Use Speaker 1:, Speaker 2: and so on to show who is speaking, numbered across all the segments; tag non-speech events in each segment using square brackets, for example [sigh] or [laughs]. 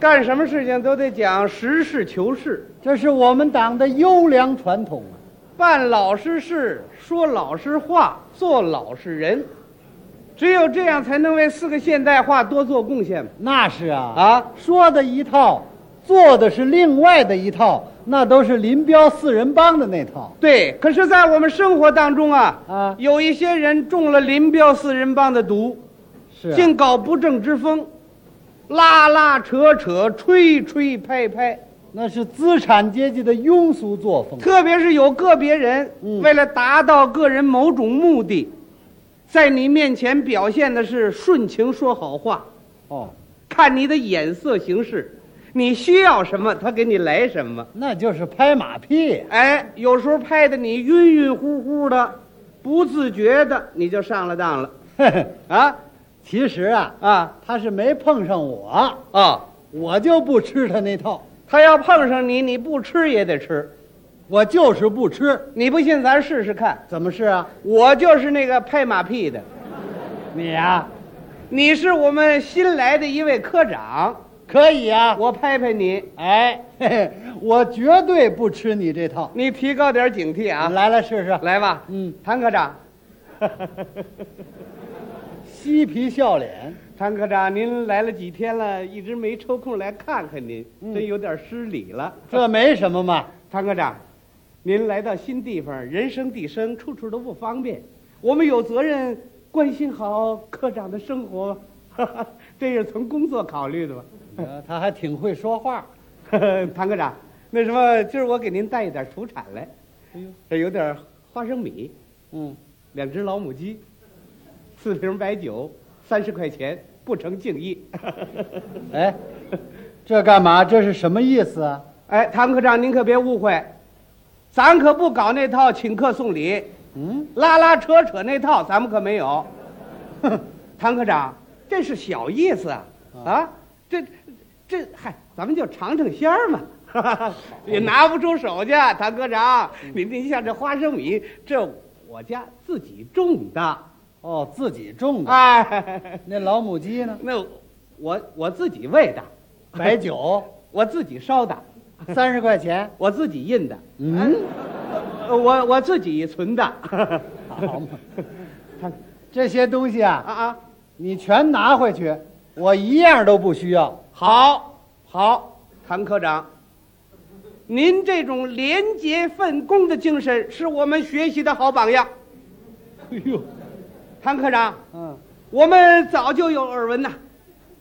Speaker 1: 干什么事情都得讲实事求是，
Speaker 2: 这是我们党的优良传统啊。
Speaker 1: 办老实事，说老实话，做老实人。只有这样，才能为四个现代化多做贡献嘛。
Speaker 2: 那是啊，
Speaker 1: 啊
Speaker 2: 说的一套，做的是另外的一套，那都是林彪四人帮的那套。
Speaker 1: 对，可是，在我们生活当中啊，
Speaker 2: 啊
Speaker 1: 有一些人中了林彪四人帮的毒，
Speaker 2: 是啊
Speaker 1: 净搞不正之风，拉拉扯扯，吹吹拍拍。
Speaker 2: 那是资产阶级的庸俗作风。
Speaker 1: 特别是有个别人、
Speaker 2: 嗯
Speaker 1: 为了达到个人某种目的，在你面前表现的是顺情说好话，
Speaker 2: 哦，
Speaker 1: 看你的眼色行事，你需要什么他给你来什么。
Speaker 2: 那就是拍马屁。 [laughs]
Speaker 1: 哎，有时候拍的你晕晕乎乎的，不自觉的你就上了当了
Speaker 2: 嘿嘿，
Speaker 1: 啊
Speaker 2: 其实啊，
Speaker 1: 啊
Speaker 2: 他是没碰上我，
Speaker 1: 哦！
Speaker 2: 我就不吃他那套，
Speaker 1: 他要碰上你，你不吃也得吃。
Speaker 2: 我就是不吃。
Speaker 1: 你不信，咱试试看。
Speaker 2: 怎么是啊？
Speaker 1: 我就是那个拍马屁的，
Speaker 2: 你呀、
Speaker 1: 你是我们新来的一位科长。
Speaker 2: 可以啊。
Speaker 1: 我拍拍你，
Speaker 2: 哎， [laughs] 嘿嘿，我绝对不吃你这套。
Speaker 1: 你提高点警惕啊！
Speaker 2: 来来试试。
Speaker 1: 来吧，
Speaker 2: 嗯，
Speaker 1: 谭科长，
Speaker 2: 嬉皮笑脸。
Speaker 1: 谭科长，您来了几天了，一直没抽空来看看您，
Speaker 2: 嗯
Speaker 1: 真有点失礼了。
Speaker 2: 这没什么嘛。
Speaker 1: 谭科长，您来到新地方，人生地生，处处都不方便，我们有责任关心好科长的生活， [laughs] 这是从工作考虑的吧？
Speaker 2: 呃他还挺会说话。
Speaker 1: [laughs] 谭科长，那什么，今儿我给您带一点土产来，
Speaker 2: 哎呦，
Speaker 1: 这有点花生米，
Speaker 2: 嗯，
Speaker 1: 两只老母鸡，四瓶白酒，三十块钱，不成敬意。 [laughs]
Speaker 2: 哎，这干嘛？这是什么意思啊？
Speaker 1: 哎，谭科长，您可别误会，咱可不搞那套请客送礼、
Speaker 2: 嗯， [laughs]
Speaker 1: 拉拉扯扯那套，咱们可没有。哼谭科长，这是小意思啊，啊，这这嗨，咱们就尝尝鲜儿嘛。 [laughs] 也拿不出手去，谭科长，你你像这花生米，这我家自己种的，
Speaker 2: 哦，自己种的。
Speaker 1: 哎，
Speaker 2: 那老母鸡呢？
Speaker 1: 那我我自己喂的，
Speaker 2: 白酒
Speaker 1: 我自己烧的，
Speaker 2: 三十块钱。
Speaker 1: 我自己印的，
Speaker 2: 嗯，
Speaker 1: 呃我我自己存的。
Speaker 2: [laughs] 好
Speaker 1: [laughs]
Speaker 2: 嘛，
Speaker 1: 他
Speaker 2: 这些东西啊，
Speaker 1: 啊啊，
Speaker 2: 你全拿回去，我一样都不需要。
Speaker 1: 好，好，谭科长，您这种廉洁奉公的精神是我们学习的好榜样。
Speaker 2: 哎呦，
Speaker 1: 谭科长，
Speaker 2: 嗯，
Speaker 1: 我们早就有耳闻呐，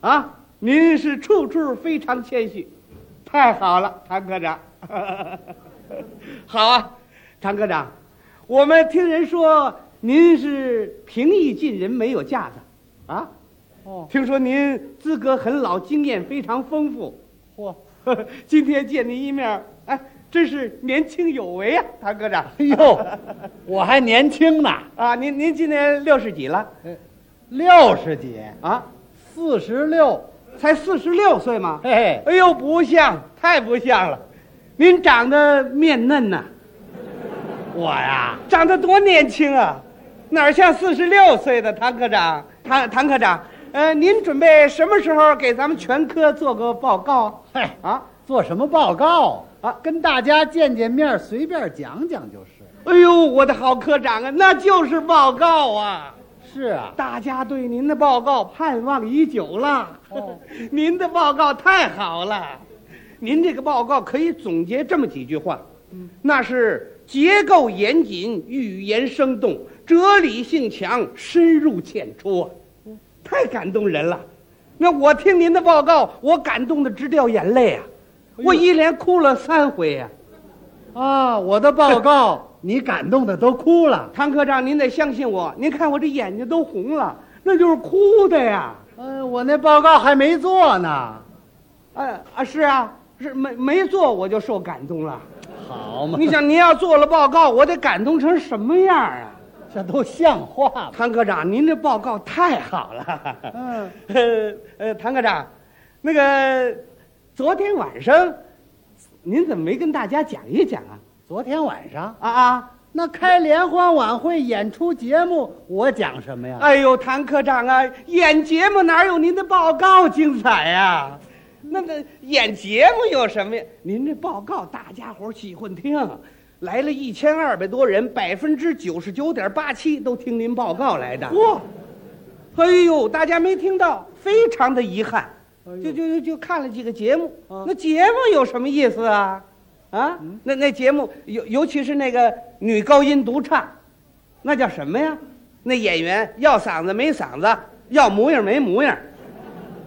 Speaker 1: 啊，您是处处非常谦虚，太好了，谭科长， [laughs] 好啊，谭科长，我们听人说您是平易近人，没有架子，啊，
Speaker 2: 哦，
Speaker 1: 听说您资格很老，经验非常丰富， [laughs]
Speaker 2: 嚯，
Speaker 1: 今天见您一面，哎，真是年轻有为啊，谭科长，
Speaker 2: 哎呦，我还年轻呢，
Speaker 1: 啊，您您今年六十几了
Speaker 2: 六十几，
Speaker 1: 啊？
Speaker 2: 四十六，
Speaker 1: 才四十六岁吗？
Speaker 2: 嘿嘿。
Speaker 1: 哎呦，不像，太不像了！您长得面嫩呐、
Speaker 2: 我呀，
Speaker 1: 长得多年轻啊，哪儿像四十六岁的谭科长？谭谭科长，呃，您准备什么时候给咱们全科做个报告
Speaker 2: 嗨，
Speaker 1: 啊？
Speaker 2: 做什么报告
Speaker 1: 啊
Speaker 2: 跟大家见见面，随便讲讲就是。
Speaker 1: 哎呦，我的好科长啊，那就是报告啊！
Speaker 2: 是啊，
Speaker 1: 大家对您的报告盼望已久了，
Speaker 2: 哦
Speaker 1: [laughs] 您的报告太好了。您这个报告可以总结这么几句话，
Speaker 2: 嗯
Speaker 1: 那是结构严谨、语言生动、哲理性强、深入浅出啊，
Speaker 2: 嗯
Speaker 1: 太感动人了。那我听您的报告，我感动的直掉眼泪啊，
Speaker 2: 哎呦
Speaker 1: 我一连哭了三回呀、
Speaker 2: 啊，我的报告 [laughs] 你感动的都哭了。
Speaker 1: 唐科长，您得相信我，您看我这眼睛都红了，那就是哭的呀。
Speaker 2: 嗯、我那报告还没做呢。
Speaker 1: 啊啊，是啊，是没没做我就受感动了。
Speaker 2: 好嘛
Speaker 1: 你
Speaker 2: 你
Speaker 1: 想，您要做了报告，我得感动成什么样啊？
Speaker 2: [laughs] 这都像话吗？
Speaker 1: 谭科长，您这报告太好了。
Speaker 2: 嗯，
Speaker 1: 呃 [laughs] 呃，谭科长，那个昨天晚上，您怎么没跟大家讲一讲啊？
Speaker 2: 昨天晚上
Speaker 1: 啊啊！
Speaker 2: 那开联欢晚会演出节目，我讲什
Speaker 1: 哎
Speaker 2: 么呀？
Speaker 1: 哎呦，谭科长啊，演节目哪有您的报告精彩呀、那那演节目有什么呀？您这报告大家伙儿喜欢听，来了一千二百多人，百分之九十九点八七都听您报告来的。
Speaker 2: 嚯，
Speaker 1: 哎呦，大家没听到，非常的遗憾
Speaker 2: 哎呦，
Speaker 1: 就就就就看了几个节目
Speaker 2: 啊，嗯
Speaker 1: 那节目有什么意思啊？啊，那那节目尤尤其是那个女高音独唱，那叫什么呀？那演员要嗓子没嗓子，要模样没模样，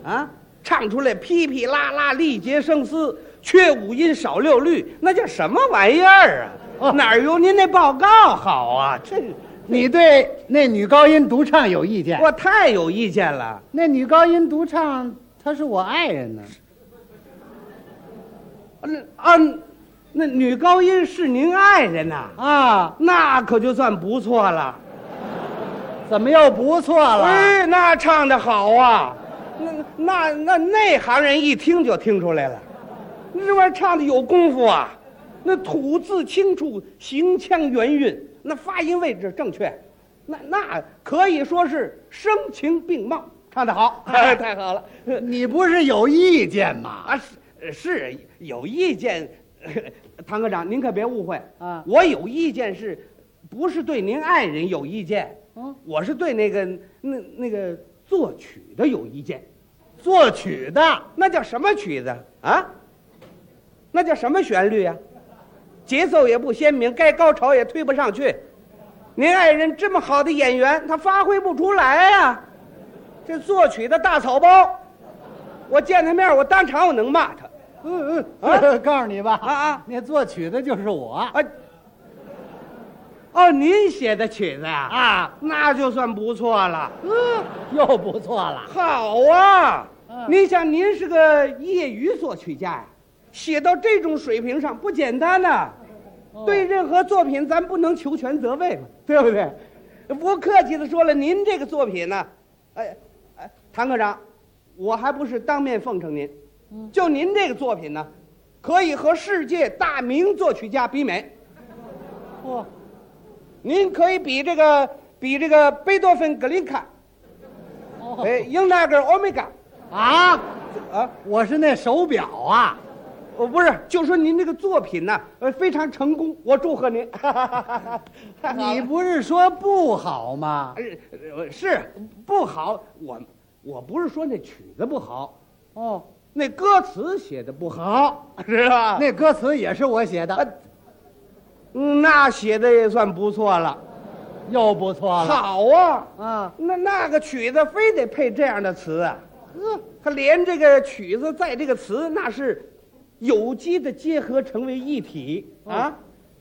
Speaker 1: 啊，唱出来噼噼啦啦，力竭声嘶，缺五音少六律，那叫什么玩意儿啊？
Speaker 2: 哦
Speaker 1: 哪儿有您那报告好啊？这
Speaker 2: 你对那女高音独唱有意见？
Speaker 1: 我太有意见了。
Speaker 2: 那女高音独唱，她是我爱人呢。
Speaker 1: 那啊，那女高音是您爱人呐、
Speaker 2: 啊，
Speaker 1: 那可就算不错了。
Speaker 2: 怎么又不错了？
Speaker 1: 哎，那唱的好啊，那那那内行人一听就听出来了，那这玩意儿唱的有功夫啊，那吐字清楚，行腔圆韵，那发音位置正确，那那可以说是声情并茂，唱的好，哎 [laughs] 太好了。
Speaker 2: [laughs] 你不是有意见吗？
Speaker 1: 啊，是是有意见，呃唐科长您可别误会
Speaker 2: 啊
Speaker 1: 我有意见是，不是对您爱人有意见？
Speaker 2: 嗯，
Speaker 1: 我是对那个那那个作曲的有意见，
Speaker 2: 作曲的，
Speaker 1: 那叫什么曲子啊？那叫什么旋律啊？节奏也不鲜明，该高潮也推不上去。您爱人这么好的演员，他发挥不出来呀、这作曲的大草包，我见他面，我当场我能骂他。
Speaker 2: 嗯嗯， [laughs] 告诉你吧，
Speaker 1: 啊啊
Speaker 2: 那作曲的就是我。
Speaker 1: 啊，哦，您写的曲子呀、
Speaker 2: 啊，
Speaker 1: 那就算不错了。
Speaker 2: 嗯，又不错了。
Speaker 1: 好啊，
Speaker 2: 嗯
Speaker 1: 您想，您是个业余作曲家呀、写到这种水平上不简单呐、
Speaker 2: 哦
Speaker 1: 对任何作品，咱不能求全责备嘛，对不对？不客气的说了，您这个作品呢、哎哎，谭科长，我还不是当面奉承您，
Speaker 2: 嗯
Speaker 1: 就您这个作品呢、可以和世界大名作曲家比美。哦
Speaker 2: 嚯，
Speaker 1: 您可以比这个比这个贝多芬、格林卡，
Speaker 2: 哦
Speaker 1: 哎，英纳格尔、欧米伽，
Speaker 2: 啊，
Speaker 1: 啊，
Speaker 2: 我是那手表啊。
Speaker 1: 哦，不是，就说您这个作品呢、呃，非常成功，我祝贺您。 [laughs]
Speaker 2: 你不是说不好吗？
Speaker 1: 呃是不好，我我不是说那曲子不好，
Speaker 2: 哦，
Speaker 1: 那歌词写的不好，是吧？
Speaker 2: 那歌词也是我写
Speaker 1: 啊
Speaker 2: 的，
Speaker 1: 嗯那写的也算不错了，
Speaker 2: 又不错了。
Speaker 1: 好啊。
Speaker 2: 啊，
Speaker 1: 那那个曲子非得配这样的词啊？
Speaker 2: 嗯，
Speaker 1: 他连这个曲子在这个词，那是有机的结合成为一体啊！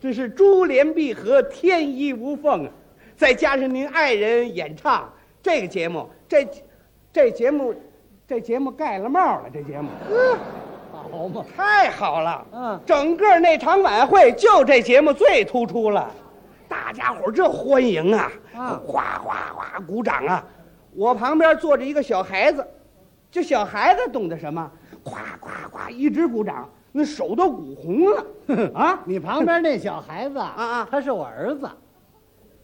Speaker 1: 这是珠联璧合，天衣无缝啊！再加上您爱人演唱这个节目，这这节目，这节目盖了帽了，这节目
Speaker 2: 好嘛。 [laughs]
Speaker 1: 太好了！
Speaker 2: 嗯
Speaker 1: 整个那场晚会就这节目最突出了，大家伙儿这欢迎啊，
Speaker 2: 啊
Speaker 1: 哗哗哗鼓掌啊！我旁边坐着一个小孩子，这小孩子懂得什么？夸夸夸，一直鼓掌，那手都鼓红了啊！
Speaker 2: 你旁边那小孩子啊
Speaker 1: 啊
Speaker 2: 他是我儿子。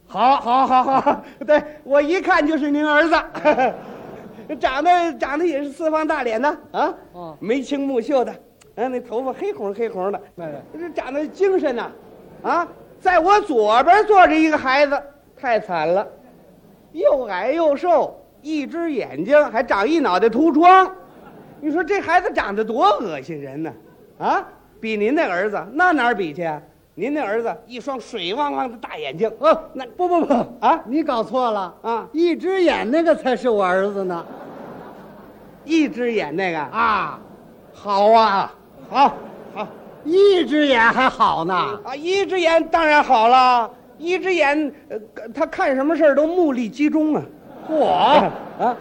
Speaker 1: 好，好，好，好，对我一看就是您儿子， [laughs] 长得长得也是四方大脸的啊，
Speaker 2: 哦
Speaker 1: 眉清目秀的，嗯，那头发黑红黑红的，
Speaker 2: 对对
Speaker 1: 这长得精神呐、啊，在我左边坐着一个孩子，太惨了，又矮又瘦，一只眼睛还长一脑袋秃疮，你说这孩子长得多恶心人呢、啊？比您那儿子那哪儿比去啊？您那儿子一双水汪汪的大眼睛，
Speaker 2: 哦，
Speaker 1: 那
Speaker 2: 不不不
Speaker 1: 啊
Speaker 2: 你搞错了
Speaker 1: 啊
Speaker 2: 一只眼那个才是我儿子呢。
Speaker 1: 一只眼那个
Speaker 2: 啊，
Speaker 1: 好啊，好，好
Speaker 2: 一只眼还好呢。
Speaker 1: 啊，一只眼当然好了，一只眼呃，他看什么事儿都目力集中啊。
Speaker 2: 我
Speaker 1: 啊，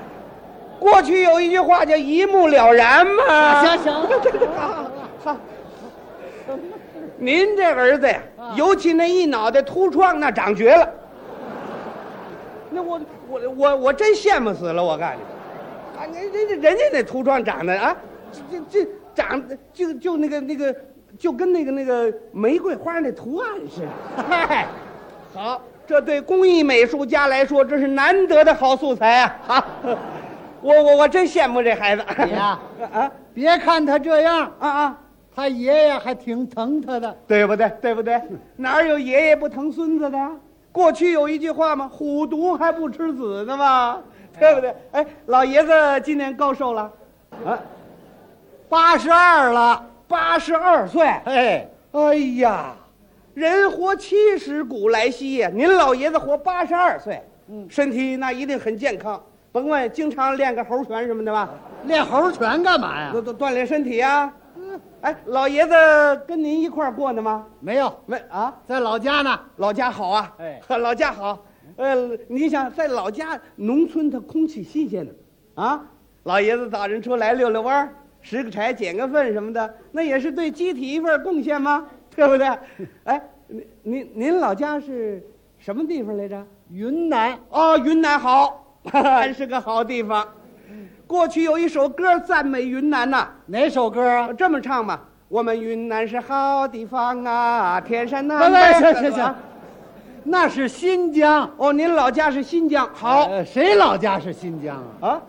Speaker 1: 过去有一句话叫一目了然嘛。
Speaker 2: 啊行行了
Speaker 1: 对对好好 [laughs] 您这儿子呀，尤其那一脑袋秃疮，那长绝了。那我我我我真羡慕死了，我告诉你，啊，你这这人家那秃疮长得啊，这这这长得就就那个那个就跟那个那个玫瑰花那图案似的。嗨，好，这对工艺美术家来说，这是难得的好素材啊！啊，我我我真羡慕这孩子。
Speaker 2: 你呀
Speaker 1: [laughs] 啊
Speaker 2: 别看他这样，
Speaker 1: 啊啊！
Speaker 2: 他爷爷还挺疼他的。
Speaker 1: 对不对？对不对？哪有爷爷不疼孙子的呀？过去有一句话嘛，“虎毒还不吃子”呢嘛，对不对？哎，老爷子今年高寿了？啊，
Speaker 2: 八十二了，
Speaker 1: 八十二岁。
Speaker 2: 哎，
Speaker 1: 哎呀，人活七十古来稀呀，您老爷子活八十二岁，嗯，身体那一定很健康。甭问，经常练个猴拳什么的吧，
Speaker 2: 练猴拳干嘛呀
Speaker 1: 锻？锻锻炼身体呀、
Speaker 2: 嗯
Speaker 1: 哎，老爷子跟您一块儿过呢吗？
Speaker 2: 没有，
Speaker 1: 没啊。
Speaker 2: 在老家呢。
Speaker 1: 老家好啊，
Speaker 2: 哎，
Speaker 1: 老家好。呃，你想在老家农村，它空气新鲜呢，啊，老爷子早晨出来溜溜弯儿，拾个柴，捡个粪什么的，那也是对集体一份贡献吗？ [laughs] 对不对？哎，您您您老家是什么地方来着？
Speaker 2: 云南
Speaker 1: 哦，云南好，还 [laughs] 是个好地方。过去有一首歌赞美云南呐、
Speaker 2: 哪首歌啊？
Speaker 1: 这么唱吧，我们云南是好地方啊，天山
Speaker 2: 喂
Speaker 1: 南
Speaker 2: 喂，
Speaker 1: 北。
Speaker 2: 行行行，那是新疆。
Speaker 1: 哦，您老家是新疆，好
Speaker 2: 呃谁老家是新疆啊？
Speaker 1: 啊？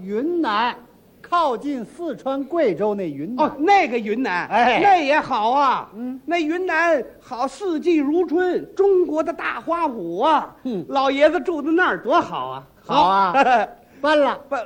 Speaker 2: 云南，靠近四川、贵州那云南。
Speaker 1: 哦，那个云南，
Speaker 2: 哎
Speaker 1: 那也好啊。
Speaker 2: 嗯，
Speaker 1: 那云南好，四季如春，中国的大花圃啊。
Speaker 2: 嗯
Speaker 1: 老爷子住在那儿多好啊！
Speaker 2: 好啊，搬了，
Speaker 1: [laughs] 搬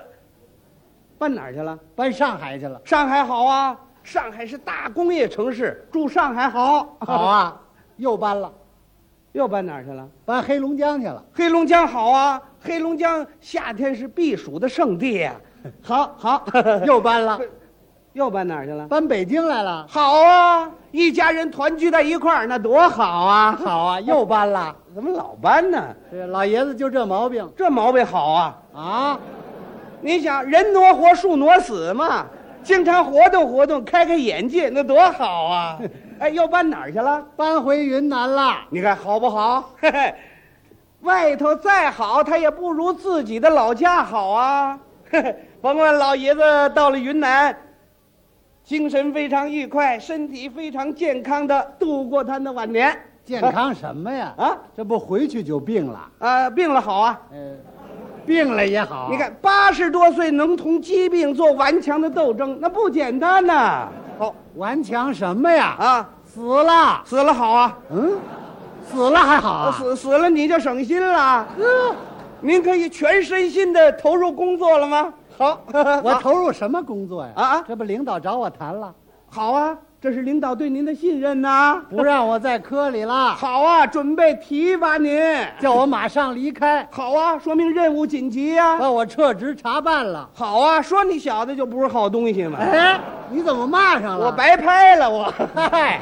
Speaker 1: 搬哪儿去了？
Speaker 2: 搬上海去了。
Speaker 1: 上海好啊，上海是大工业城市，住上海好。
Speaker 2: 好，啊，又搬了，
Speaker 1: [laughs] 又搬哪儿去了？
Speaker 2: 搬黑龙江去了。
Speaker 1: 黑龙江好啊，黑龙江夏天是避暑的圣地呀、好好，
Speaker 2: [laughs] 又搬了，
Speaker 1: 又搬哪儿去了？
Speaker 2: 搬北京来了。
Speaker 1: 好啊，一家人团聚在一块儿，那多好啊！
Speaker 2: 好啊，又搬了。
Speaker 1: 怎么老搬呢？
Speaker 2: 这老爷子就这毛病
Speaker 1: 这毛病好啊！
Speaker 2: 啊！
Speaker 1: 你想，人挪活，树挪死嘛，经常活动活动，开开眼界，那多好啊！哎，又搬哪儿去了？
Speaker 2: 搬回云南了。
Speaker 1: 你看好不好？ [laughs] 嘿嘿，外头再好，他也不如自己的老家好啊！ [laughs] 嘿嘿，甭管老爷子到了云南，精神非常愉快，身体非常健康的度过他的晚年。
Speaker 2: 健康什么呀？
Speaker 1: 啊
Speaker 2: 这不回去就病了。
Speaker 1: 啊，病了好啊！
Speaker 2: 呃，病了也好。啊
Speaker 1: 你，看，八十多岁能同疾病做顽强的斗争，那不简单呐、
Speaker 2: 哦
Speaker 1: 好
Speaker 2: 顽强什么呀？
Speaker 1: 啊，
Speaker 2: 死了。
Speaker 1: 死了好啊，
Speaker 2: 嗯，死了还好啊。
Speaker 1: 死死了你就省心了。
Speaker 2: 嗯
Speaker 1: 您可以全身心的投入工作了吗？好，
Speaker 2: 我
Speaker 1: 我
Speaker 2: 投入什么工作呀？
Speaker 1: 啊啊
Speaker 2: 这不领导找我谈了，
Speaker 1: [laughs] 好啊，这是领导对您的信任呐、
Speaker 2: 不让我在科里
Speaker 1: [laughs]
Speaker 2: 了，
Speaker 1: 好啊，准备提拔您。
Speaker 2: 叫我马上离开，
Speaker 1: 好啊，说明任务紧急呀、
Speaker 2: 把我撤职查办了。哎
Speaker 1: 好啊，说你小子就不是好东西嘛，
Speaker 2: 哎，你怎么骂上了？
Speaker 1: 我白拍了我。
Speaker 2: 嗨，